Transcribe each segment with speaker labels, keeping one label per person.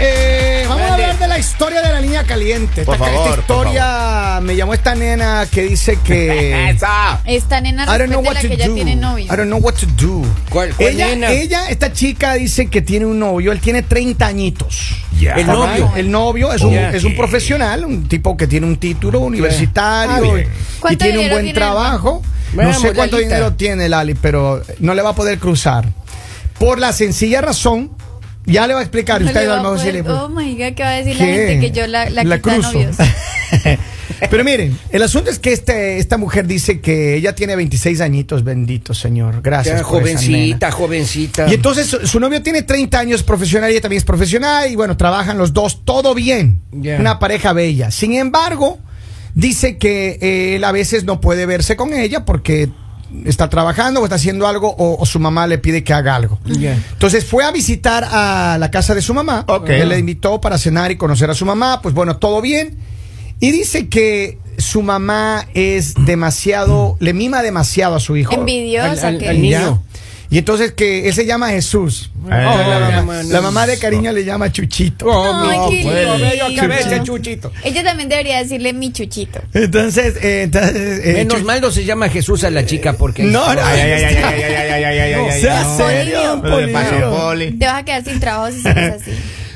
Speaker 1: eh, está caliente. Esta,
Speaker 2: Por favor,
Speaker 1: esta
Speaker 2: por
Speaker 1: historia me llamó esta nena que dice que.
Speaker 2: ¡Esa!
Speaker 3: Esta nena
Speaker 1: I don't know
Speaker 3: respete
Speaker 1: what
Speaker 3: la
Speaker 1: to
Speaker 3: que ya
Speaker 1: do.
Speaker 3: tiene novio.
Speaker 1: I don't know what to do.
Speaker 4: ¿Cuál- cuál
Speaker 1: ella,
Speaker 4: nena?
Speaker 1: ella, esta chica dice que tiene un novio. Él tiene 30 añitos.
Speaker 2: Ya. Ah,
Speaker 4: El novio.
Speaker 1: El novio es un,
Speaker 2: Oye.
Speaker 1: es un profesional, un tipo que tiene un título universitario
Speaker 2: Oye.
Speaker 1: y- y
Speaker 3: ¿Cuánto
Speaker 1: tiene un
Speaker 3: dinero
Speaker 1: buen
Speaker 3: tiene el
Speaker 1: trabajo. No
Speaker 4: Vamos,
Speaker 1: sé cuánto
Speaker 4: Lalita.
Speaker 1: dinero tiene Lali, pero no le va a poder cruzar. Por la sencilla razón, ya le va a explicar. y
Speaker 3: No
Speaker 1: ustedes
Speaker 3: le
Speaker 1: a
Speaker 3: va
Speaker 1: pues. lo
Speaker 3: a
Speaker 1: mejor sí
Speaker 3: poder-
Speaker 1: le-
Speaker 3: oh my god, ¿qué va a decir la
Speaker 1: ¿Qué?
Speaker 3: gente? Que yo la, la, quita novios.
Speaker 1: Pero miren, el asunto es que este, esta mujer dice que ella tiene 26 añitos, bendito señor. Gracias.
Speaker 4: Ya,
Speaker 1: por esa nena.
Speaker 4: jovencita, jovencita.
Speaker 1: Y entonces su, su novio tiene 30 años profesional, ella también es profesional y bueno, trabajan los dos, todo bien.
Speaker 4: Ya.
Speaker 1: Una pareja bella. Sin embargo, dice que eh, él a veces no puede verse con ella porque está trabajando o está haciendo algo o, o su mamá le pide que haga algo.
Speaker 4: Ya.
Speaker 1: Entonces fue a visitar a la casa de su mamá.
Speaker 2: Ok.
Speaker 1: Él le invitó para cenar y conocer a su mamá. Pues bueno, todo bien. Y dice que su mamá es demasiado, le mima demasiado a su hijo.
Speaker 3: Envidiosa
Speaker 4: Al- al-
Speaker 3: que
Speaker 4: al
Speaker 1: Ya.
Speaker 4: niño.
Speaker 1: Y entonces que él se llama Jesús. Oh,
Speaker 2: Ah,
Speaker 1: la,
Speaker 2: la
Speaker 1: mamá,
Speaker 4: mamá,
Speaker 1: la
Speaker 4: no.
Speaker 1: mamá de cariño le llama Chuchito.
Speaker 3: Ay, qué lindo.
Speaker 4: cabeza,
Speaker 3: Chuchito.
Speaker 4: chuchito.
Speaker 3: Ella también debería decirle mi chuchito.
Speaker 1: Entonces, eh, entonces, eh,
Speaker 4: Menos
Speaker 1: Chu-
Speaker 4: mal no se llama Jesús a la chica porque.
Speaker 1: Eh, No, no,
Speaker 2: Ay, ay, ay, ay, ay, ay, ay, ay, ay, ay, ay,
Speaker 1: sea
Speaker 2: ay.
Speaker 1: serio,
Speaker 2: Pero le pasó,
Speaker 1: Polibio.
Speaker 2: Poli.
Speaker 3: Te vas a quedar sin trabajo si sigues así.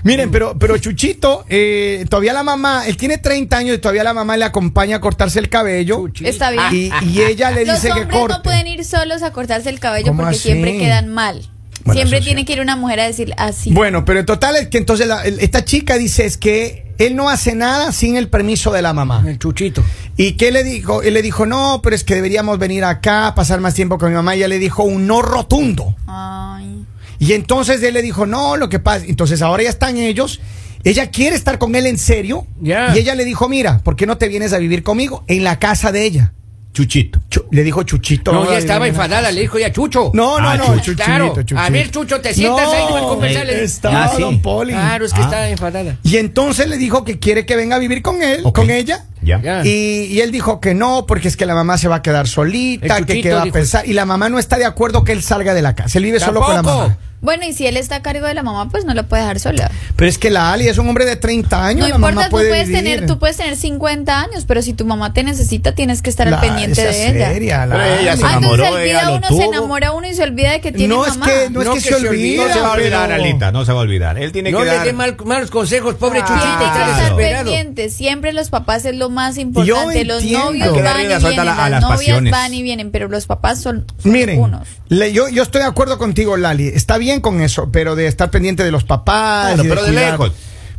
Speaker 1: Miren, pero, pero Chuchito, eh, todavía la mamá, él tiene 30 años y todavía la mamá le acompaña a cortarse el cabello.
Speaker 3: Está bien.
Speaker 1: Y, y ella le
Speaker 3: Los
Speaker 1: dice que
Speaker 3: hombres
Speaker 1: corte.
Speaker 3: no pueden ir solos a cortarse el cabello
Speaker 1: ¿Cómo
Speaker 3: porque
Speaker 1: así?
Speaker 3: siempre quedan mal.
Speaker 1: Bueno,
Speaker 3: siempre
Speaker 1: eso es
Speaker 3: tiene que ir una mujer a decir así.
Speaker 1: Bueno, pero en total es que entonces la- el- esta chica dice es que él no hace nada sin el permiso de la mamá.
Speaker 4: El chuchito.
Speaker 1: ¿Y qué le dijo? Él le dijo, no, pero es que deberíamos venir acá, pasar más tiempo con mi mamá. Y ella le dijo un no rotundo.
Speaker 3: Ay.
Speaker 1: Y entonces él le dijo, no, lo que pasa. Entonces ahora ya están ellos. Ella quiere estar con él en serio.
Speaker 4: Ya.
Speaker 1: Y ella le dijo, mira, ¿por qué no te vienes a vivir conmigo? En la casa de ella.
Speaker 2: Chuchito.
Speaker 1: Chu- le dijo Chuchito.
Speaker 4: No,
Speaker 1: vamos a
Speaker 4: ya
Speaker 1: vivir
Speaker 4: estaba
Speaker 1: en la-
Speaker 4: enfadada, le dijo ya Chucho.
Speaker 1: No, no,
Speaker 2: Ah,
Speaker 1: no.
Speaker 2: Chucho,
Speaker 4: claro.
Speaker 1: Chuchito,
Speaker 4: A ver, Chucho, te sientas ahí, no vas a conversar.
Speaker 1: estaba
Speaker 2: Ah, sí.
Speaker 1: don Poli.
Speaker 4: Claro, es que
Speaker 2: Ah.
Speaker 4: está enfadada.
Speaker 1: Y entonces le dijo que quiere que venga a vivir con él,
Speaker 2: Ok.
Speaker 1: con ella.
Speaker 2: Ya.
Speaker 4: Ya.
Speaker 1: Y, y él dijo que no, porque es que la mamá se va a quedar solita,
Speaker 4: El
Speaker 1: que, que
Speaker 4: Chuchito
Speaker 1: va a
Speaker 4: dijo.
Speaker 1: pensar. Y la mamá no está de acuerdo que él salga de la casa. Él vive solo con la
Speaker 4: Tampoco.
Speaker 1: mamá.
Speaker 3: Bueno, y si él está a cargo de la mamá, pues no lo puede dejar sola.
Speaker 1: Pero es que la Ali es un hombre de 30 años.
Speaker 3: No
Speaker 1: la
Speaker 3: importa,
Speaker 1: mamá
Speaker 3: tú
Speaker 1: puede
Speaker 3: puedes
Speaker 1: vivir.
Speaker 3: tener, tú puedes tener 50 años, pero si tu mamá te necesita, tienes que estar al
Speaker 1: La-
Speaker 3: pendiente
Speaker 1: esa
Speaker 3: de ella.
Speaker 1: seria, la
Speaker 2: Pero
Speaker 1: Ali.
Speaker 2: ella se
Speaker 3: Ah, entonces
Speaker 2: enamoró,
Speaker 3: se
Speaker 2: ella
Speaker 3: olvida
Speaker 2: lo
Speaker 3: uno, se
Speaker 2: tuvo.
Speaker 3: enamora uno y se olvida de que tiene
Speaker 1: no, es
Speaker 3: mamá.
Speaker 1: que, no, es que se, olvida.
Speaker 2: No se va a olvidar,
Speaker 1: pero-
Speaker 2: Alita, no se va a olvidar. Él tiene
Speaker 4: No
Speaker 2: que
Speaker 4: le dé
Speaker 2: dar...
Speaker 4: mal- malos consejos, pobre
Speaker 3: Ah. Tiene
Speaker 4: Chuchito,
Speaker 3: que
Speaker 4: está
Speaker 2: claro.
Speaker 3: estar
Speaker 4: desesperado.
Speaker 3: pendiente. Siempre los papás es lo más importante. Los
Speaker 1: entiendo.
Speaker 3: novios
Speaker 1: Hay
Speaker 2: que
Speaker 3: van
Speaker 2: darle
Speaker 3: y
Speaker 2: la suelta
Speaker 3: vienen,
Speaker 2: a la- a
Speaker 3: las
Speaker 2: las
Speaker 3: novias
Speaker 2: pasiones.
Speaker 3: van y vienen, pero los papás son, son
Speaker 1: Miren,
Speaker 3: unos.
Speaker 1: le- yo, yo estoy de acuerdo contigo, Lali. Está bien con eso, pero de estar pendiente de los papás.
Speaker 2: Claro,
Speaker 1: y de
Speaker 2: pero de
Speaker 1: cuidar.
Speaker 2: lejos.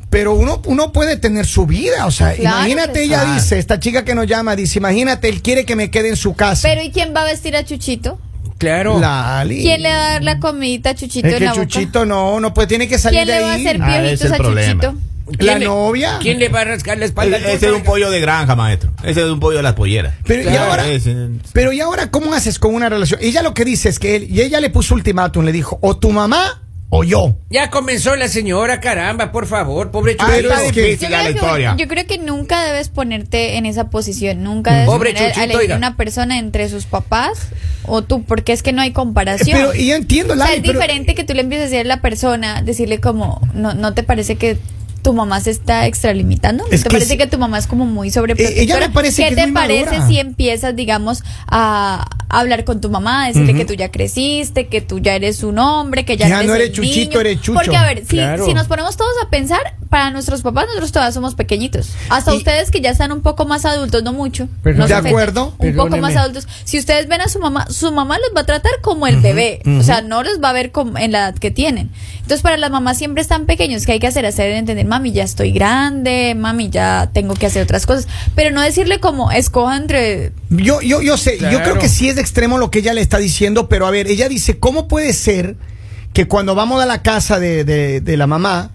Speaker 1: Pero uno, uno puede tener su vida, o sea,
Speaker 3: Claro
Speaker 1: imagínate,
Speaker 3: que
Speaker 1: ella
Speaker 2: sí.
Speaker 1: dice, esta chica que nos llama, dice, imagínate, él quiere que me quede en su casa.
Speaker 3: Pero ¿y quién va a vestir a Chuchito?
Speaker 4: Claro.
Speaker 1: Lali.
Speaker 3: ¿Quién le va a dar la comidita a Chuchito
Speaker 1: Es
Speaker 3: en
Speaker 1: que
Speaker 3: la boca?
Speaker 1: Chuchito no, no puede, tiene que salir
Speaker 3: ¿Quién
Speaker 1: de
Speaker 3: le va a
Speaker 1: ahí.
Speaker 3: hacer
Speaker 2: Ah, ese es
Speaker 3: piojitos
Speaker 2: el
Speaker 3: a
Speaker 2: problema.
Speaker 3: Chuchito?
Speaker 1: la
Speaker 4: ¿Quién le-
Speaker 1: novia. Eh,
Speaker 4: ¿Quién le va a rascar la espalda? al
Speaker 2: E-, Ese es
Speaker 4: Chucho?
Speaker 2: un pollo de granja, maestro. Ese es un pollo de las polleras.
Speaker 1: Pero, ¿y
Speaker 2: Claro,
Speaker 1: ahora?
Speaker 2: ese-
Speaker 1: Pero ¿y ahora cómo haces con una relación? Ella lo que dice es que él, y ella le puso ultimátum, le dijo, o tu mamá o yo.
Speaker 4: Ya comenzó la señora, caramba, por favor, pobre
Speaker 1: Ah,
Speaker 4: Chuchito.
Speaker 1: está difícil.
Speaker 3: Yo
Speaker 2: Siga la
Speaker 3: creo,
Speaker 2: historia.
Speaker 3: que, yo creo que nunca debes ponerte en esa posición, nunca debes
Speaker 4: Pobre
Speaker 3: poner a-
Speaker 4: Chuchito,
Speaker 3: a elegir
Speaker 4: oiga.
Speaker 3: una persona entre sus papás o tú, porque es que no hay comparación.
Speaker 1: Pero y yo entiendo,
Speaker 3: O sea,
Speaker 1: Lali,
Speaker 3: es
Speaker 1: pero-
Speaker 3: diferente que tú le empieces a decir a la persona, decirle como, no, no te parece que tu mamá se está extralimitando, ¿No
Speaker 1: Es
Speaker 3: te
Speaker 1: que
Speaker 3: parece
Speaker 1: sí.
Speaker 3: que tu mamá es como muy sobreprotectora.
Speaker 1: Eh, ella me parece
Speaker 3: ¿Qué
Speaker 1: que es
Speaker 3: te
Speaker 1: muy
Speaker 3: parece
Speaker 1: madura.
Speaker 3: si empiezas, digamos, a hablar con tu mamá, a decirle que tú ya creciste, que tú ya eres un hombre, que ya,
Speaker 1: Ya no
Speaker 3: el
Speaker 1: eres Chuchito,
Speaker 3: niño?
Speaker 1: eres Chucho.
Speaker 3: Porque a ver, si,
Speaker 4: Claro.
Speaker 3: si nos ponemos todos a pensar, para nuestros papás nosotros todavía somos pequeñitos. Hasta
Speaker 1: Y-
Speaker 3: ustedes que ya están un poco más adultos, no mucho.
Speaker 4: Perdón.
Speaker 3: no se
Speaker 4: De
Speaker 3: ofendan,
Speaker 1: acuerdo,
Speaker 3: Un poco
Speaker 4: perdóneme.
Speaker 3: más adultos. Si ustedes ven a su mamá, su mamá los va a tratar como el bebé. O sea, no los va a ver como en la edad que tienen. Entonces, para las mamás siempre están pequeños. que hay que hacer? Hacer entender, mami, ya estoy grande, mami, ya tengo que hacer otras cosas. Pero no decirle como, escoja entre...
Speaker 1: Yo, yo, yo sé, yo
Speaker 4: Claro.
Speaker 1: creo que sí es de extremo lo que ella le está diciendo, pero a ver, ella dice, ¿cómo puede ser que cuando vamos a la casa de, de- de la mamá,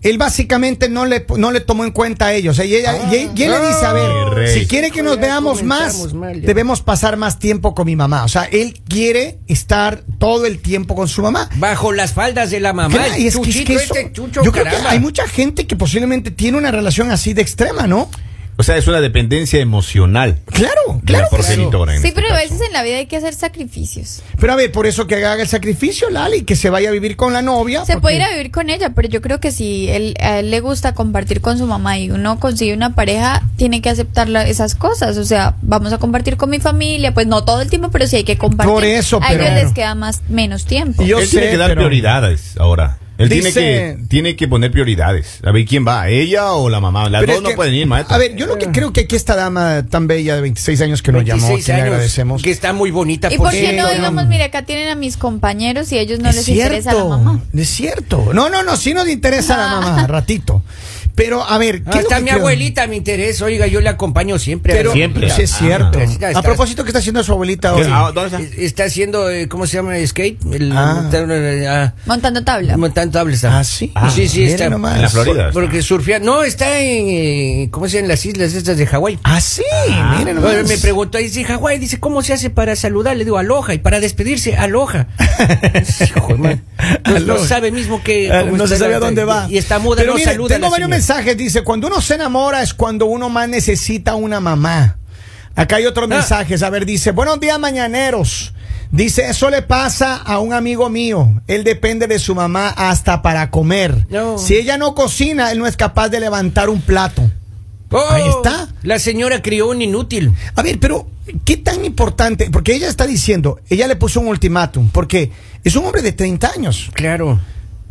Speaker 1: él básicamente no le, no le tomó en cuenta a ellos? O sea, y ella, y, y él le dice, a
Speaker 2: Ah. Mi
Speaker 1: ver,
Speaker 2: rey.
Speaker 1: si quiere que nos
Speaker 4: Ya
Speaker 1: veamos más,
Speaker 4: comenzamos mal, ya.
Speaker 1: debemos pasar más tiempo con mi mamá. O sea, él quiere estar todo el tiempo con su mamá.
Speaker 4: Bajo las faldas de la mamá.
Speaker 1: Claro, y es que- es
Speaker 4: Chuchito,
Speaker 1: que eso-
Speaker 4: este Chucho,
Speaker 1: yo creo que
Speaker 4: caramba.
Speaker 1: hay mucha gente que posiblemente tiene una relación así de extrema, ¿no?
Speaker 2: O sea, es una dependencia emocional.
Speaker 1: Claro,
Speaker 2: de la
Speaker 1: claro. que sí.
Speaker 2: progenitora en
Speaker 3: Sí,
Speaker 2: este
Speaker 3: pero a
Speaker 2: caso.
Speaker 3: veces en la vida hay que hacer sacrificios.
Speaker 1: Pero a ver, por eso que haga el sacrificio, Lali, que se vaya a vivir con la novia.
Speaker 3: Se puede ir a
Speaker 1: porque-
Speaker 3: vivir con ella, pero yo creo que si él, a él le gusta compartir con su mamá y uno consigue una pareja, tiene que aceptar la- esas cosas. O sea, vamos a compartir con mi familia, pues no todo el tiempo, pero sí hay que compartir.
Speaker 1: Por eso,
Speaker 3: a
Speaker 1: pero-
Speaker 3: ellos les queda más menos tiempo.
Speaker 1: Y yo
Speaker 2: Él
Speaker 1: sé,
Speaker 2: tiene que dar
Speaker 1: pero-
Speaker 2: prioridades ahora. Él
Speaker 1: Dice-
Speaker 2: tiene, que, tiene que poner prioridades. A ver, ¿quién va? ¿Ella o la mamá? Las
Speaker 1: Pero
Speaker 2: dos
Speaker 1: es
Speaker 2: no
Speaker 1: que-
Speaker 2: pueden ir, maestro.
Speaker 1: A ver, yo lo
Speaker 4: Eh.
Speaker 1: que creo que aquí esta dama tan bella de 26 años que nos llamó,
Speaker 4: 26
Speaker 1: que le
Speaker 4: años,
Speaker 1: agradecemos.
Speaker 4: Que está muy bonita.
Speaker 3: ¿Y por qué
Speaker 4: cierto.
Speaker 3: no
Speaker 1: Sí,
Speaker 3: digamos,
Speaker 1: no.
Speaker 3: mira, acá tienen a mis compañeros y a ellos no
Speaker 1: es
Speaker 3: les
Speaker 1: cierto,
Speaker 3: interesa la mamá?
Speaker 1: es cierto. No, no, no, sí nos interesa la
Speaker 3: Ah.
Speaker 1: mamá, ratito. Pero a ver, ¿qué es lo
Speaker 4: Hasta
Speaker 1: que
Speaker 4: Ah, mi
Speaker 1: creo?
Speaker 4: abuelita me interesa. Oiga, yo la acompaño siempre.
Speaker 1: Pero,
Speaker 2: Siempre.
Speaker 1: sí es
Speaker 2: Ah.
Speaker 1: cierto.
Speaker 4: Está- está-
Speaker 1: a propósito, ¿qué está haciendo su abuelita
Speaker 2: ¿Qué-
Speaker 1: hoy?
Speaker 2: ah, ¿Dónde está?
Speaker 4: Eh, Está haciendo, eh, ¿cómo se llama? Skate. El,
Speaker 1: Ah.
Speaker 4: montar una- ah,
Speaker 3: Montando tabla.
Speaker 4: montando tablas.
Speaker 1: Ah, sí.
Speaker 4: Ah, sí, sí,
Speaker 1: Mira
Speaker 4: está.
Speaker 1: nomás.
Speaker 2: En la Florida.
Speaker 4: Porque surfea. No, está en, eh, ¿cómo se llaman las islas estas de Hawái?
Speaker 1: Ah, sí, miren nomás.
Speaker 4: Bueno, me preguntó, dice Hawái, dice, ¿cómo se hace para saludar? Le digo, aloja, y para despedirse, aloja. Hijo, man. No, no
Speaker 1: Aloha.
Speaker 4: sabe mismo que...
Speaker 1: Ah,
Speaker 4: cómo
Speaker 1: No
Speaker 4: está
Speaker 1: se sabe
Speaker 4: la-
Speaker 1: a dónde va.
Speaker 4: Y está muda,
Speaker 1: Pero
Speaker 4: no
Speaker 1: mire,
Speaker 4: saluda a
Speaker 1: Tengo
Speaker 4: la
Speaker 1: varios
Speaker 4: señora.
Speaker 1: mensajes. Dice: cuando uno se enamora es cuando uno más necesita una mamá. Acá hay otros
Speaker 4: Ah.
Speaker 1: mensajes. A ver, dice: Buenos días, mañaneros. Dice: Eso le pasa a un amigo mío. Él depende de su mamá hasta para comer.
Speaker 4: No.
Speaker 1: Si ella no cocina, él no es capaz de levantar un plato.
Speaker 4: Oh,
Speaker 1: Ahí está.
Speaker 4: La señora crió un inútil.
Speaker 1: A ver, pero ¿qué tan importante? Porque ella está diciendo, ella le puso un ultimátum, porque es un hombre de 30 años.
Speaker 4: Claro.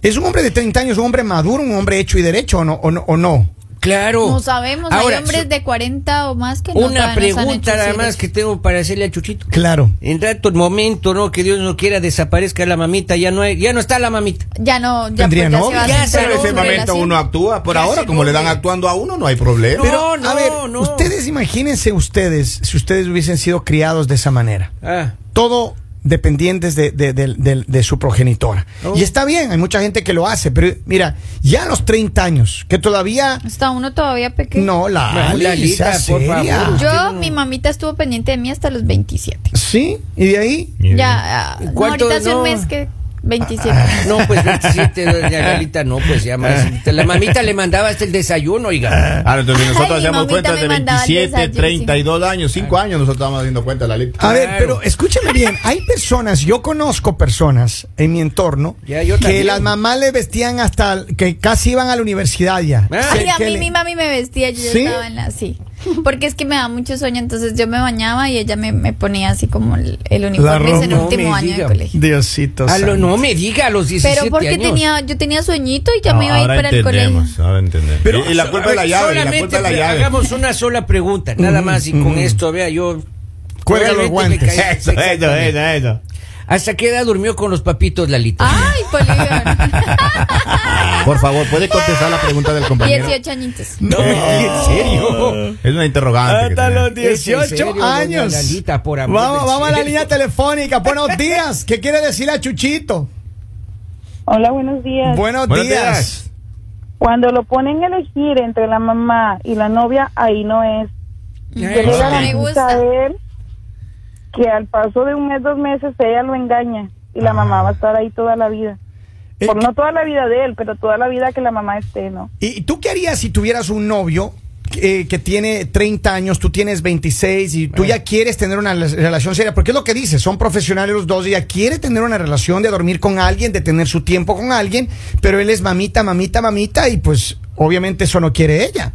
Speaker 1: Es un hombre de 30 años, un hombre maduro, un hombre hecho y derecho, ¿o no? ¿O no? o no?
Speaker 4: Claro.
Speaker 3: No sabemos,
Speaker 4: Ahora,
Speaker 3: hay hombres
Speaker 4: su-
Speaker 3: de 40 o más que no
Speaker 4: Una
Speaker 3: todavía no se han
Speaker 4: pregunta
Speaker 3: hecho
Speaker 4: nada
Speaker 3: cirugía.
Speaker 4: más que tengo para hacerle a Chuchito.
Speaker 1: Claro.
Speaker 4: En rato, el momento, ¿no? Que Dios no quiera desaparezca la mamita. Ya no, hay- ya no está la mamita.
Speaker 3: Ya no, ya,
Speaker 1: Tendría
Speaker 3: pues, ya
Speaker 1: novia.
Speaker 3: se va a
Speaker 4: Ya
Speaker 3: hacer
Speaker 4: sabe,
Speaker 3: su
Speaker 2: Pero ese momento
Speaker 3: relación.
Speaker 2: uno actúa. Por
Speaker 4: Ya
Speaker 2: ahora,
Speaker 4: se
Speaker 2: como le dan
Speaker 4: come.
Speaker 2: actuando a uno, no hay problema.
Speaker 1: Pero,
Speaker 4: No,
Speaker 1: a
Speaker 4: no,
Speaker 1: ver,
Speaker 4: no.
Speaker 1: ustedes imagínense ustedes, si ustedes hubiesen sido criados de esa manera,
Speaker 4: Ah.
Speaker 1: todo dependientes de, de- de- de- de su progenitora.
Speaker 4: Oh.
Speaker 1: Y está bien, hay mucha gente que lo hace, pero mira, ya a los 30 años, que todavía...
Speaker 3: Está uno todavía pequeño.
Speaker 1: No, la...
Speaker 4: No, Lalita, por favor.
Speaker 3: Yo, mi mamita estuvo pendiente de mí hasta los 27.
Speaker 1: Sí, y de ahí...
Speaker 2: Mire.
Speaker 3: Ya, ah, no,
Speaker 4: ¿Cuánto?
Speaker 3: ahorita hace
Speaker 4: No.
Speaker 3: un mes que 27.
Speaker 4: No, pues 27, doña Galita, no, pues ya más.
Speaker 3: Ah.
Speaker 4: La mamita le mandaba hasta el desayuno, oiga.
Speaker 2: Ah, Ahora, entonces nosotros
Speaker 3: Ay, mi
Speaker 2: hacemos
Speaker 3: mamita
Speaker 2: cuentas
Speaker 3: me
Speaker 2: de
Speaker 3: mandaba el
Speaker 2: 27,
Speaker 3: desayuno, Ah.
Speaker 2: 32 años, 5 años, nosotros estamos haciendo cuenta de la lista.
Speaker 1: A ver,
Speaker 4: Claro.
Speaker 1: pero escúchame bien, hay personas, yo conozco personas en mi entorno
Speaker 4: Ya, yo
Speaker 1: que
Speaker 4: también.
Speaker 1: las mamás les vestían hasta que casi iban a la universidad ya.
Speaker 4: Ah.
Speaker 1: Se-
Speaker 3: Ay, a
Speaker 1: que
Speaker 3: mí
Speaker 1: le-
Speaker 3: mi mami me vestía, yo ya
Speaker 1: ¿Sí?
Speaker 3: estaba en la. Sí. Porque es que me daba mucho sueño, entonces yo me bañaba y ella me, me ponía así como el, el uniforme
Speaker 1: ropa.
Speaker 3: en el
Speaker 4: No
Speaker 3: último
Speaker 4: me
Speaker 3: año de
Speaker 4: diga.
Speaker 3: colegio.
Speaker 1: Diosito.
Speaker 4: A Ah, lo,
Speaker 1: santo.
Speaker 4: no me diga, a los 17
Speaker 3: Pero porque
Speaker 4: años.
Speaker 3: tenía, yo tenía sueñito y ya me iba a ir
Speaker 2: ahora
Speaker 3: para el colegio.
Speaker 2: entendemos, ahora entendemos.
Speaker 1: Pero-
Speaker 2: y, y la culpa de la llave, y la
Speaker 4: Solamente
Speaker 2: culpa de la
Speaker 4: pre-
Speaker 2: llave. Mm,
Speaker 4: hagamos una sola pregunta, nada más, y con esto, vea, yo.
Speaker 1: Cuelga los
Speaker 4: realmente me
Speaker 1: guantes.
Speaker 4: caí-
Speaker 2: Eso, eso,
Speaker 4: Exactamente.
Speaker 2: eso, eso.
Speaker 4: ¿Hasta qué edad durmió con los papitos, Lalita?
Speaker 3: Ay, Polidor.
Speaker 2: Por favor, ¿puede contestar la pregunta del compañero?
Speaker 3: 18 añitos.
Speaker 4: No, en serio.
Speaker 2: Es una interrogante. que
Speaker 1: Hasta los
Speaker 2: tenemos.
Speaker 4: ¿Es en
Speaker 1: 18
Speaker 4: serio, doña
Speaker 1: años.
Speaker 4: Lalita, por amor
Speaker 1: vamos,
Speaker 4: del
Speaker 1: vamos a la
Speaker 4: cielo?
Speaker 1: línea telefónica. Buenos días. ¿Qué quiere decir a Chuchito?
Speaker 5: Hola, buenos días.
Speaker 1: Buenos,
Speaker 2: Buenos
Speaker 1: días.
Speaker 2: días.
Speaker 5: Cuando lo ponen a elegir entre la mamá y la novia, ahí no es. Yo
Speaker 4: Ay,
Speaker 5: le
Speaker 4: no.
Speaker 3: Me
Speaker 5: garantizo a
Speaker 3: gusta.
Speaker 5: él que al paso de un mes, dos meses, ella lo engaña y la mamá va a estar ahí toda la vida.
Speaker 1: Eh,
Speaker 5: Por no toda la vida de él, pero toda la vida que la mamá esté, ¿no?
Speaker 1: ¿Y tú qué harías si tuvieras un novio eh, que tiene 30 años, tú tienes 26 y tú ya quieres tener una rela- relación seria? Porque es lo que dices, son profesionales los dos, ella quiere tener una relación de dormir con alguien, de tener su tiempo con alguien, pero él es mamita, mamita, mamita y pues obviamente eso no quiere ella.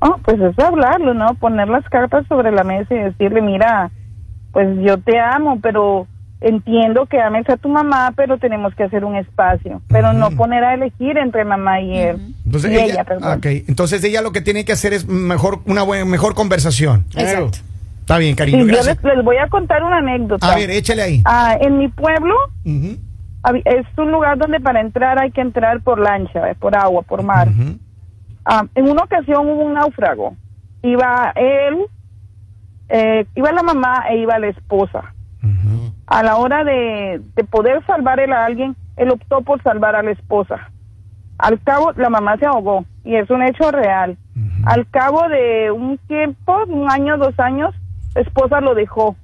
Speaker 5: Oh, pues es hablarlo, ¿no? Poner las cartas sobre la mesa y decirle, mira, pues yo te amo, pero entiendo que ames a tu mamá, pero tenemos que hacer un espacio. Pero no poner a elegir entre mamá y él.
Speaker 1: Entonces,
Speaker 5: Y
Speaker 1: ella,
Speaker 5: ella, perdón.
Speaker 1: ah, ok. Entonces ella lo que tiene que hacer es mejor una buena, mejor conversación.
Speaker 4: Claro.
Speaker 3: Exacto.
Speaker 1: Está bien,
Speaker 5: Sí,
Speaker 1: cariño.
Speaker 5: yo
Speaker 1: Gracias.
Speaker 5: les, les voy a contar una anécdota.
Speaker 1: A ver, eh. échale ahí.
Speaker 5: Ah, en mi pueblo
Speaker 1: Ujú,
Speaker 5: hab- es un lugar donde para entrar hay que entrar por lancha, eh, por agua, por mar.
Speaker 1: ujú.
Speaker 5: Ah, en una ocasión hubo un náufrago. Iba él, eh, iba la mamá e iba la esposa. A la hora de, de poder salvar él a alguien, él optó por salvar a la esposa. Al cabo, la mamá se ahogó y es un hecho real. Al cabo de un tiempo, un año, dos años, la esposa lo dejó,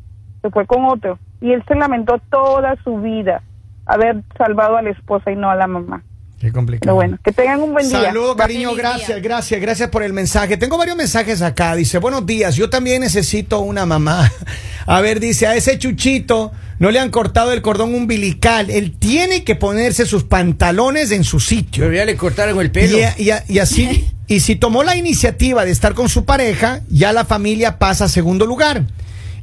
Speaker 5: se fue con otro y él se lamentó toda su vida haber salvado a la esposa y no a la mamá.
Speaker 1: Qué complicado.
Speaker 5: Pero bueno, que tengan un buen día.
Speaker 1: Saludos, cariño,
Speaker 3: Feliz
Speaker 1: gracias,
Speaker 3: día.
Speaker 1: gracias, gracias por el mensaje. Tengo varios mensajes acá. Dice, buenos días, yo también necesito una mamá. A ver, dice, a ese chuchito no le han cortado el cordón umbilical. Él tiene que ponerse sus pantalones en su sitio.
Speaker 4: Pero ya le cortaron el pelo.
Speaker 1: Y, a- y a- y así, y si tomó la iniciativa de estar con su pareja, ya la familia pasa a segundo lugar.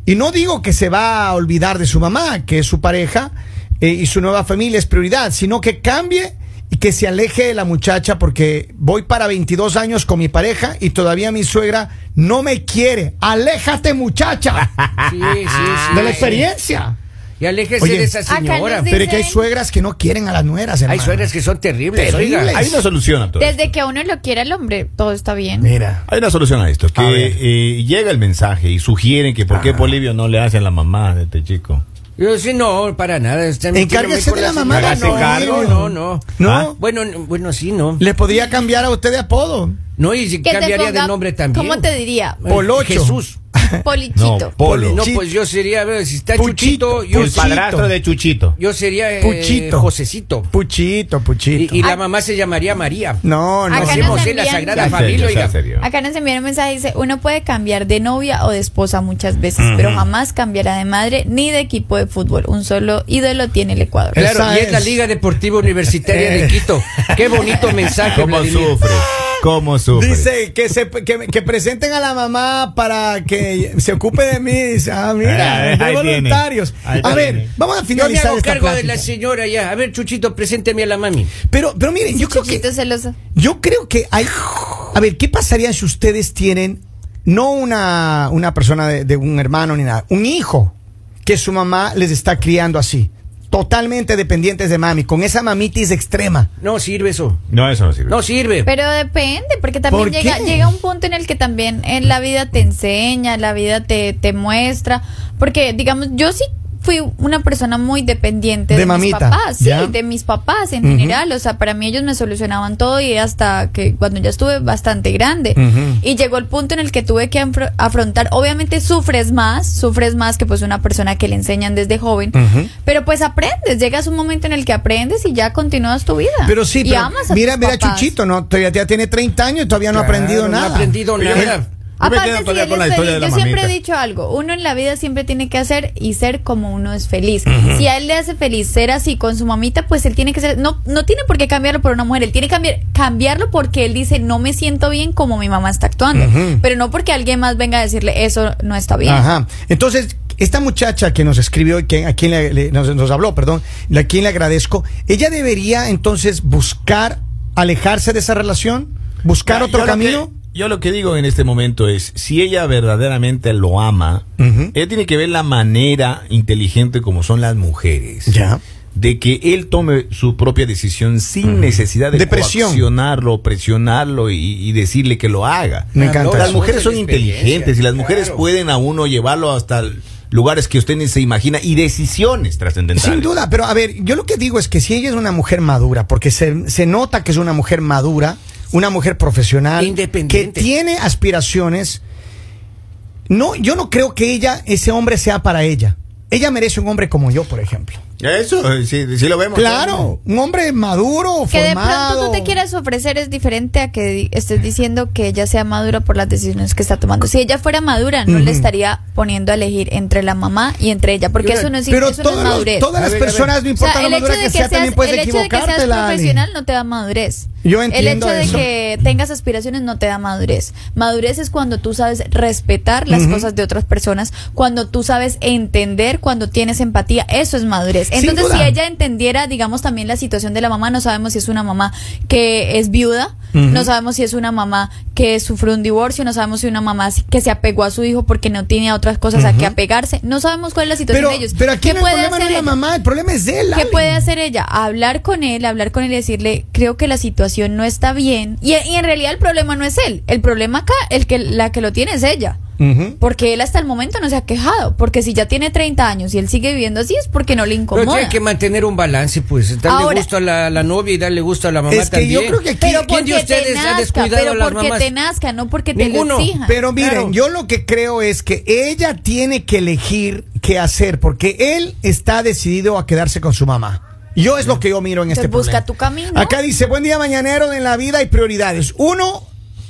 Speaker 1: Y no digo que se va a olvidar de su mamá, que es su pareja, eh, y su nueva familia es prioridad, sino que cambie y que se aleje de la muchacha porque voy para 22 años con mi pareja y todavía mi suegra no me quiere. Aléjate muchacha
Speaker 4: Ah, Sí, sí, sí.
Speaker 1: de la experiencia.
Speaker 4: Y aléjese
Speaker 1: Oye.
Speaker 4: de esa
Speaker 3: Acá
Speaker 4: señora.
Speaker 3: nos dice-
Speaker 1: Pero es que hay suegras que no quieren a las nueras.
Speaker 4: Hay
Speaker 1: hermano.
Speaker 4: suegras que son terribles.
Speaker 1: Terribles.
Speaker 4: oiga.
Speaker 2: Hay una solución a todo. esto.
Speaker 3: Desde que a uno lo quiera el hombre, todo está bien.
Speaker 1: Mira.
Speaker 2: Hay una solución a Ah. esto, que
Speaker 1: A ver.
Speaker 2: eh, llega el mensaje y sugieren que por qué Polivio no le hace a la mamá de este chico.
Speaker 4: Yo sí, no, para nada. está metiéndome
Speaker 1: Encárguese
Speaker 4: con
Speaker 1: de la mamá,
Speaker 4: señora. No,
Speaker 2: no, Diego.
Speaker 4: no, no.
Speaker 1: ¿No?
Speaker 2: Ah.
Speaker 4: Bueno, n- bueno, sí, no.
Speaker 1: Les podría cambiar a usted de apodo.
Speaker 4: No, y si
Speaker 3: Que te
Speaker 4: cambiaría
Speaker 3: ponga-
Speaker 4: de nombre también.
Speaker 3: ¿Cómo te diría?
Speaker 4: Ay,
Speaker 1: Polocho.
Speaker 4: Pues, Jesús.
Speaker 3: Polichito.
Speaker 2: No, Polo.
Speaker 4: No,
Speaker 1: Chi-
Speaker 4: pues yo sería, a ver, si está
Speaker 1: Puchito,
Speaker 4: Chuchito, yo,
Speaker 2: el
Speaker 1: Puchito.
Speaker 2: padrastro de Chuchito.
Speaker 4: yo sería eh,
Speaker 1: Puchito.
Speaker 4: Josecito.
Speaker 1: Puchito,
Speaker 4: Y,
Speaker 1: puchito.
Speaker 4: y la mamá se llamaría María.
Speaker 1: No, no.
Speaker 3: Acá
Speaker 1: sí,
Speaker 3: nos
Speaker 4: Hacemos en la
Speaker 3: envían-
Speaker 4: Sagrada
Speaker 2: Sea
Speaker 4: Familia,
Speaker 2: serio, sea
Speaker 4: oiga.
Speaker 2: serio.
Speaker 3: Acá nos envían un mensaje, dice, uno puede cambiar de novia o de esposa muchas veces, pero jamás cambiará de madre ni de equipo de fútbol. Un solo ídolo tiene el Ecuador.
Speaker 1: Eh,
Speaker 4: Claro,
Speaker 1: Esa
Speaker 4: y es la
Speaker 1: es. Eh.
Speaker 4: Liga Deportiva Universitaria de Quito. Qué bonito mensaje,
Speaker 2: ¿Cómo
Speaker 4: Vladimir.
Speaker 2: sufre? ¿Cómo sufre?
Speaker 1: Dice que, se, que, que presenten a la mamá para que se ocupe de mí. Dice, ah, mira,
Speaker 2: Ah,
Speaker 1: hay
Speaker 2: ahí
Speaker 1: voluntarios.
Speaker 2: tiene, ahí
Speaker 1: a ver,
Speaker 2: tiene.
Speaker 1: vamos a
Speaker 4: Yo me
Speaker 1: finalizar
Speaker 4: hago
Speaker 1: esta
Speaker 4: cargo de
Speaker 1: plática.
Speaker 4: la señora ya. A ver, Chuchito, presénteme a la mami.
Speaker 1: Pero, pero miren, yo creo que
Speaker 3: Chuchito celoso.
Speaker 1: yo creo que hay. A ver, ¿qué pasaría si ustedes tienen no una, una persona de, de un hermano ni nada, un hijo que su mamá les está criando así, totalmente dependientes de mami, con esa mamitis extrema?
Speaker 4: No sirve eso.
Speaker 2: No, eso no sirve.
Speaker 4: No sirve.
Speaker 3: Pero depende, porque también
Speaker 1: ¿Por
Speaker 3: llega,
Speaker 1: qué?
Speaker 3: llega un punto en el que también en la vida te enseña, la vida te, te muestra. Porque, digamos, yo sí fui una persona muy dependiente
Speaker 1: De
Speaker 3: de,
Speaker 1: mamita,
Speaker 3: mis papás, sí,
Speaker 1: ¿ya?
Speaker 3: de mis papás en
Speaker 1: Ujú.
Speaker 3: general. O sea, para mí ellos me solucionaban todo y hasta que cuando ya estuve bastante grande.
Speaker 1: Ujú.
Speaker 3: Y llegó el punto en el que tuve que afro- afrontar, obviamente sufres más, sufres más que pues una persona que le enseñan desde joven,
Speaker 1: Ujú.
Speaker 3: pero pues aprendes, llegas un momento en el que aprendes y ya continúas tu vida.
Speaker 1: Pero
Speaker 3: Ah.
Speaker 1: sí,
Speaker 3: y
Speaker 1: pero
Speaker 3: amas a
Speaker 1: mira,
Speaker 3: tus
Speaker 1: mira
Speaker 3: papás.
Speaker 1: Chuchito, no, todavía ya tiene 30 años y todavía no ha
Speaker 4: Claro,
Speaker 1: aprendido
Speaker 4: no ha
Speaker 1: nada.
Speaker 4: aprendido
Speaker 2: Yo-
Speaker 4: nada.
Speaker 2: Yo me
Speaker 3: Aparte,
Speaker 2: quedo
Speaker 3: si
Speaker 2: todavía
Speaker 3: él
Speaker 2: con la
Speaker 3: es
Speaker 2: historia de
Speaker 3: feliz,
Speaker 2: la
Speaker 3: yo siempre he
Speaker 2: mamita.
Speaker 3: dicho algo, uno en la vida siempre tiene que hacer y ser como uno es feliz. Si a él le hace feliz ser así con su mamita, pues él tiene que ser, no, no tiene por qué cambiarlo por una mujer, él tiene que cambiar, cambiarlo porque él dice, no me siento bien como mi mamá está actuando, pero no porque alguien más venga a decirle, eso no está bien.
Speaker 1: Ajá. Entonces, esta muchacha que nos escribió y que, a quien le- le- nos, nos habló, perdón, la- a quien le agradezco, ella debería entonces buscar alejarse de esa relación, buscar
Speaker 2: Yo-
Speaker 1: otro
Speaker 2: yo lo
Speaker 1: camino.
Speaker 2: que- yo lo que digo en este momento es, si ella verdaderamente lo ama,
Speaker 1: Ujú.
Speaker 2: ella tiene que ver la manera inteligente como son las mujeres.
Speaker 1: Ya.
Speaker 2: De que él tome su propia decisión sin necesidad de,
Speaker 1: De presión.
Speaker 2: coaccionarlo, presionarlo y, y decirle que lo haga.
Speaker 1: Me encanta.
Speaker 2: Las
Speaker 1: Son
Speaker 2: mujeres
Speaker 4: de
Speaker 2: son
Speaker 4: la experiencia,
Speaker 2: inteligentes y las mujeres
Speaker 4: claro.
Speaker 2: pueden a uno llevarlo hasta lugares que usted ni se imagina y decisiones trascendentales.
Speaker 1: Sin duda, pero a ver, yo lo que digo es que si ella es una mujer madura, porque se, se nota que es una mujer madura, una mujer profesional,
Speaker 4: Independiente.
Speaker 1: que tiene aspiraciones, no, yo no creo que ella, ese hombre sea para ella. Ella merece un hombre como yo, por ejemplo.
Speaker 2: Eso, eh, sí, sí lo vemos.
Speaker 1: Claro, un hombre maduro,
Speaker 3: Que de
Speaker 1: formado.
Speaker 3: pronto tú te quieras ofrecer es diferente a que di- estés diciendo que ella sea madura por las decisiones que está tomando. Si ella fuera madura, no le estaría poniendo a elegir entre la mamá y entre ella, porque
Speaker 4: Pero-
Speaker 3: eso no es,
Speaker 1: Pero
Speaker 3: eso no es
Speaker 1: todos los-
Speaker 3: madurez.
Speaker 1: todas
Speaker 4: A
Speaker 1: las
Speaker 4: ver, a ver.
Speaker 1: personas, no
Speaker 3: O sea,
Speaker 1: importa
Speaker 3: el
Speaker 1: la
Speaker 3: hecho
Speaker 1: madura
Speaker 3: de
Speaker 1: que sea, también puedes
Speaker 3: el hecho de que seas
Speaker 1: equivocarte, Lali.
Speaker 3: profesional no te da madurez.
Speaker 1: Yo entiendo
Speaker 3: El hecho
Speaker 1: eso.
Speaker 3: de que tengas aspiraciones no te da madurez. Madurez es cuando tú sabes respetar las cosas de otras personas, cuando tú sabes entender, cuando tienes empatía, eso es madurez.
Speaker 1: Sin
Speaker 3: Entonces,
Speaker 1: duda.
Speaker 3: si ella entendiera, digamos, también la situación de la mamá, no sabemos si es una mamá que es viuda, no sabemos si es una mamá que sufrió un divorcio, no sabemos si una mamá que se apegó a su hijo porque no tiene a otras cosas a que apegarse, no sabemos cuál es la situación
Speaker 1: Pero,
Speaker 3: de ellos.
Speaker 1: pero aquí
Speaker 3: ¿Qué
Speaker 1: no el
Speaker 3: puede
Speaker 1: problema no es
Speaker 3: hacer
Speaker 1: la
Speaker 3: ella?
Speaker 1: mamá, el problema es él.
Speaker 3: ¿Qué
Speaker 1: Ale.
Speaker 3: puede hacer ella? Hablar con él, hablar con él y decirle, creo que la situación no está bien. Y, y en realidad el problema no es él. El problema acá, el que, la que lo tiene es ella.
Speaker 1: Ujú.
Speaker 3: Porque él hasta el momento no se ha quejado. Porque si ya tiene 30 años y él sigue viviendo así, es porque no le
Speaker 4: Pero
Speaker 3: incomoda.
Speaker 4: tiene que mantener un balance, pues. Darle
Speaker 3: Ahora-
Speaker 4: gusto a la, la novia y darle gusto a la mamá
Speaker 1: Es que
Speaker 4: también.
Speaker 1: yo creo que aquí-
Speaker 3: pero
Speaker 4: ¿Quién de
Speaker 3: porque te
Speaker 4: ustedes ha
Speaker 3: nazca,
Speaker 4: descuidado a
Speaker 3: pero
Speaker 4: las
Speaker 3: porque
Speaker 4: mamás?
Speaker 3: te nazca, no porque te
Speaker 4: Ninguno.
Speaker 3: lo exijan.
Speaker 1: Pero miren,
Speaker 4: Claro.
Speaker 1: yo lo que creo es que ella tiene que elegir qué hacer, porque él está decidido a quedarse con su mamá. Yo es lo que yo miro en
Speaker 3: Entonces
Speaker 1: este
Speaker 3: busca
Speaker 1: problema.
Speaker 3: tu camino.
Speaker 1: Acá dice, buen día mañanero, en la vida hay prioridades. Uno,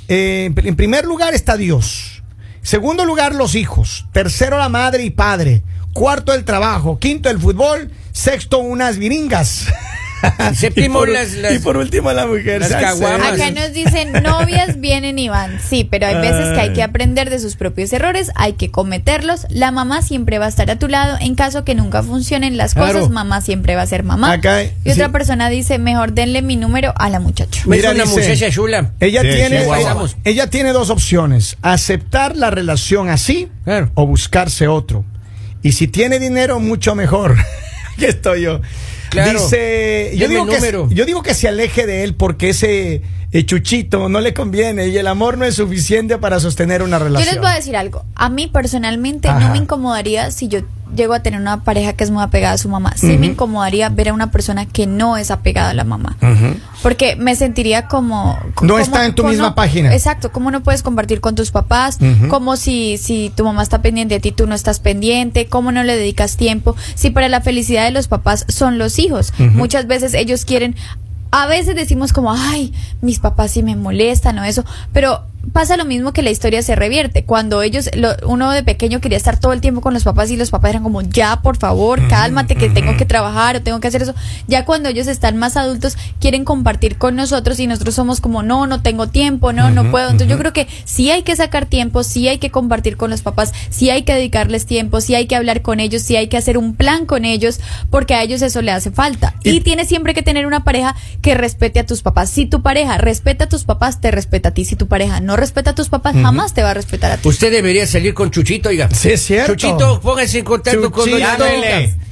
Speaker 1: eh, en primer lugar está Dios. Segundo lugar, los hijos. Tercero, la madre y padre. Cuarto, el trabajo. Quinto, el fútbol. Sexto, unas viringas.
Speaker 4: Y séptimo,
Speaker 1: por,
Speaker 4: las- las-
Speaker 1: y por último, la mujer.
Speaker 4: las
Speaker 1: ¿sabes?
Speaker 4: caguamas.
Speaker 3: Acá nos dicen novias vienen y van. Sí, pero hay veces que hay
Speaker 1: Ah.
Speaker 3: que aprender de sus propios errores, hay que cometerlos. La mamá siempre va a estar a tu lado. En caso que nunca funcionen las cosas,
Speaker 1: Claro.
Speaker 3: mamá siempre va a ser mamá.
Speaker 1: Acá,
Speaker 3: y otra
Speaker 1: sí.
Speaker 3: persona dice, mejor denle mi número a la muchacha.
Speaker 4: Me
Speaker 1: Mira,
Speaker 4: hizo una
Speaker 1: dice-
Speaker 4: muchacha chula.
Speaker 1: Ella,
Speaker 2: Sí,
Speaker 1: tiene,
Speaker 2: sí, guau,
Speaker 1: ella,
Speaker 4: guau.
Speaker 1: ella tiene dos opciones, aceptar la relación así
Speaker 4: Claro.
Speaker 1: o buscarse otro. Y si tiene dinero, mucho mejor. Aquí estoy yo.
Speaker 4: Claro.
Speaker 1: Dice, yo
Speaker 4: Deme
Speaker 1: digo,
Speaker 4: el
Speaker 1: que,
Speaker 4: número.
Speaker 1: yo digo que se aleje de él porque ese eh, chuchito no le conviene y el amor no es suficiente para sostener una
Speaker 3: Yo
Speaker 1: relación.
Speaker 3: les voy a decir algo. A mí personalmente
Speaker 1: Ajá.
Speaker 3: no me incomodaría si yo llego a tener una pareja que es muy apegada a su mamá. Sí me incomodaría ver a una persona que no es apegada a la mamá. Porque me sentiría como...
Speaker 1: No
Speaker 3: como-
Speaker 1: está en tu
Speaker 3: como-
Speaker 1: misma página.
Speaker 3: Exacto. Como no puedes compartir con tus papás.
Speaker 1: Ujú.
Speaker 3: Como si, si tu mamá está pendiente de ti, tú no estás pendiente. Cómo no le dedicas tiempo. Si para la felicidad de los papás son los hijos. Muchas veces ellos quieren... A veces decimos como, ay, mis papás sí me molestan o eso, pero pasa lo mismo que la historia se revierte. Cuando ellos, lo- uno de pequeño quería estar todo el tiempo con los papás y los papás eran como, ya, por favor, cálmate, que tengo que trabajar o tengo que hacer eso. Ya cuando ellos están más adultos, quieren compartir con nosotros y nosotros somos como, no, no tengo tiempo, no, no puedo. Entonces yo creo que sí hay que sacar tiempo, sí hay que compartir con los papás, sí hay que dedicarles tiempo, sí hay que hablar con ellos, sí hay que hacer un plan con ellos, porque a ellos eso le hace falta. Y,
Speaker 1: Y-
Speaker 3: tienes siempre que tener una pareja que respete a tus papás. Si tu pareja respeta a tus papás, te respeta a ti. Si tu pareja no respeta a tus papás, jamás te va a respetar a ti.
Speaker 4: Usted debería salir con Chuchito, oiga.
Speaker 1: Sí, es cierto.
Speaker 4: Chuchito, póngase en contacto con
Speaker 1: Chuchito,
Speaker 4: Doña Toca.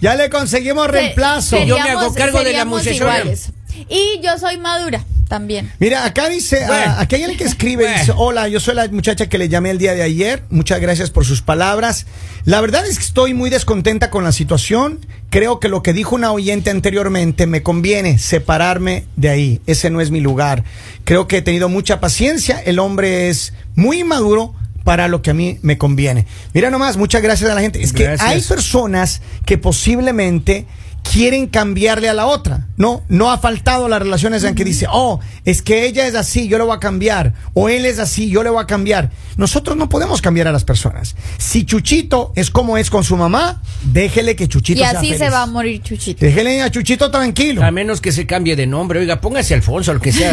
Speaker 1: ya le conseguimos reemplazo.
Speaker 4: Yo me
Speaker 3: Seríamos-
Speaker 4: hago cargo de la
Speaker 3: seríamos
Speaker 4: muchachona.
Speaker 3: iguales. Y yo soy madura también.
Speaker 1: Mira, acá dice,
Speaker 4: Bueno.
Speaker 1: ah, aquí hay alguien que escribe,
Speaker 4: Bueno.
Speaker 1: dice, hola, yo soy la muchacha que le llamé el día de ayer, muchas gracias por sus palabras. La verdad es que estoy muy descontenta con la situación, creo que lo que dijo una oyente anteriormente, me conviene separarme de ahí, ese no es mi lugar. Creo que he tenido mucha paciencia, el hombre es muy inmaduro para lo que a mí me conviene. Mira nomás, muchas gracias a la gente. Es que
Speaker 4: Gracias.
Speaker 1: hay personas que posiblemente quieren cambiarle a la otra. No, no ha faltado las relaciones en que dice, oh, es que ella es así, yo le voy a cambiar, o él es así, yo le voy a cambiar. Nosotros no podemos cambiar a las personas. Si Chuchito es como es con su mamá, déjele que Chuchito
Speaker 3: y
Speaker 1: sea
Speaker 3: así se
Speaker 1: feliz.
Speaker 3: va a morir Chuchito.
Speaker 1: Déjele a Chuchito tranquilo.
Speaker 4: A menos que se cambie de nombre, oiga, póngase Alfonso, lo que sea.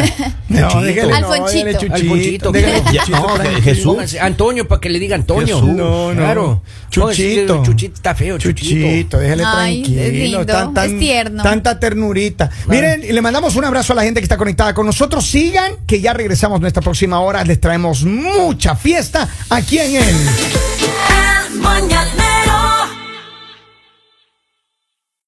Speaker 1: No,
Speaker 2: Chuchito.
Speaker 1: déjele, no,
Speaker 3: Alfonchito.
Speaker 1: déjele Chuchito,
Speaker 4: Alfonchito,
Speaker 1: déjele
Speaker 4: claro.
Speaker 1: Chuchito
Speaker 2: Ya, no,
Speaker 1: tranquilo.
Speaker 2: Jesús.
Speaker 4: Póngase Antonio, para que le diga Antonio.
Speaker 1: Jesús. No, no.
Speaker 4: Claro.
Speaker 1: Chuchito.
Speaker 4: Póngase, Chuchito está feo, Chuchito.
Speaker 1: Chuchito, déjele
Speaker 3: Ay,
Speaker 1: tranquilo.
Speaker 3: es lindo, es tierno.
Speaker 1: Tanta ternurita. Miren, y le mandamos un abrazo a la gente que está conectada con nosotros. Sigan, que ya regresamos nuestra próxima hora. Les traemos mucha fiesta aquí en el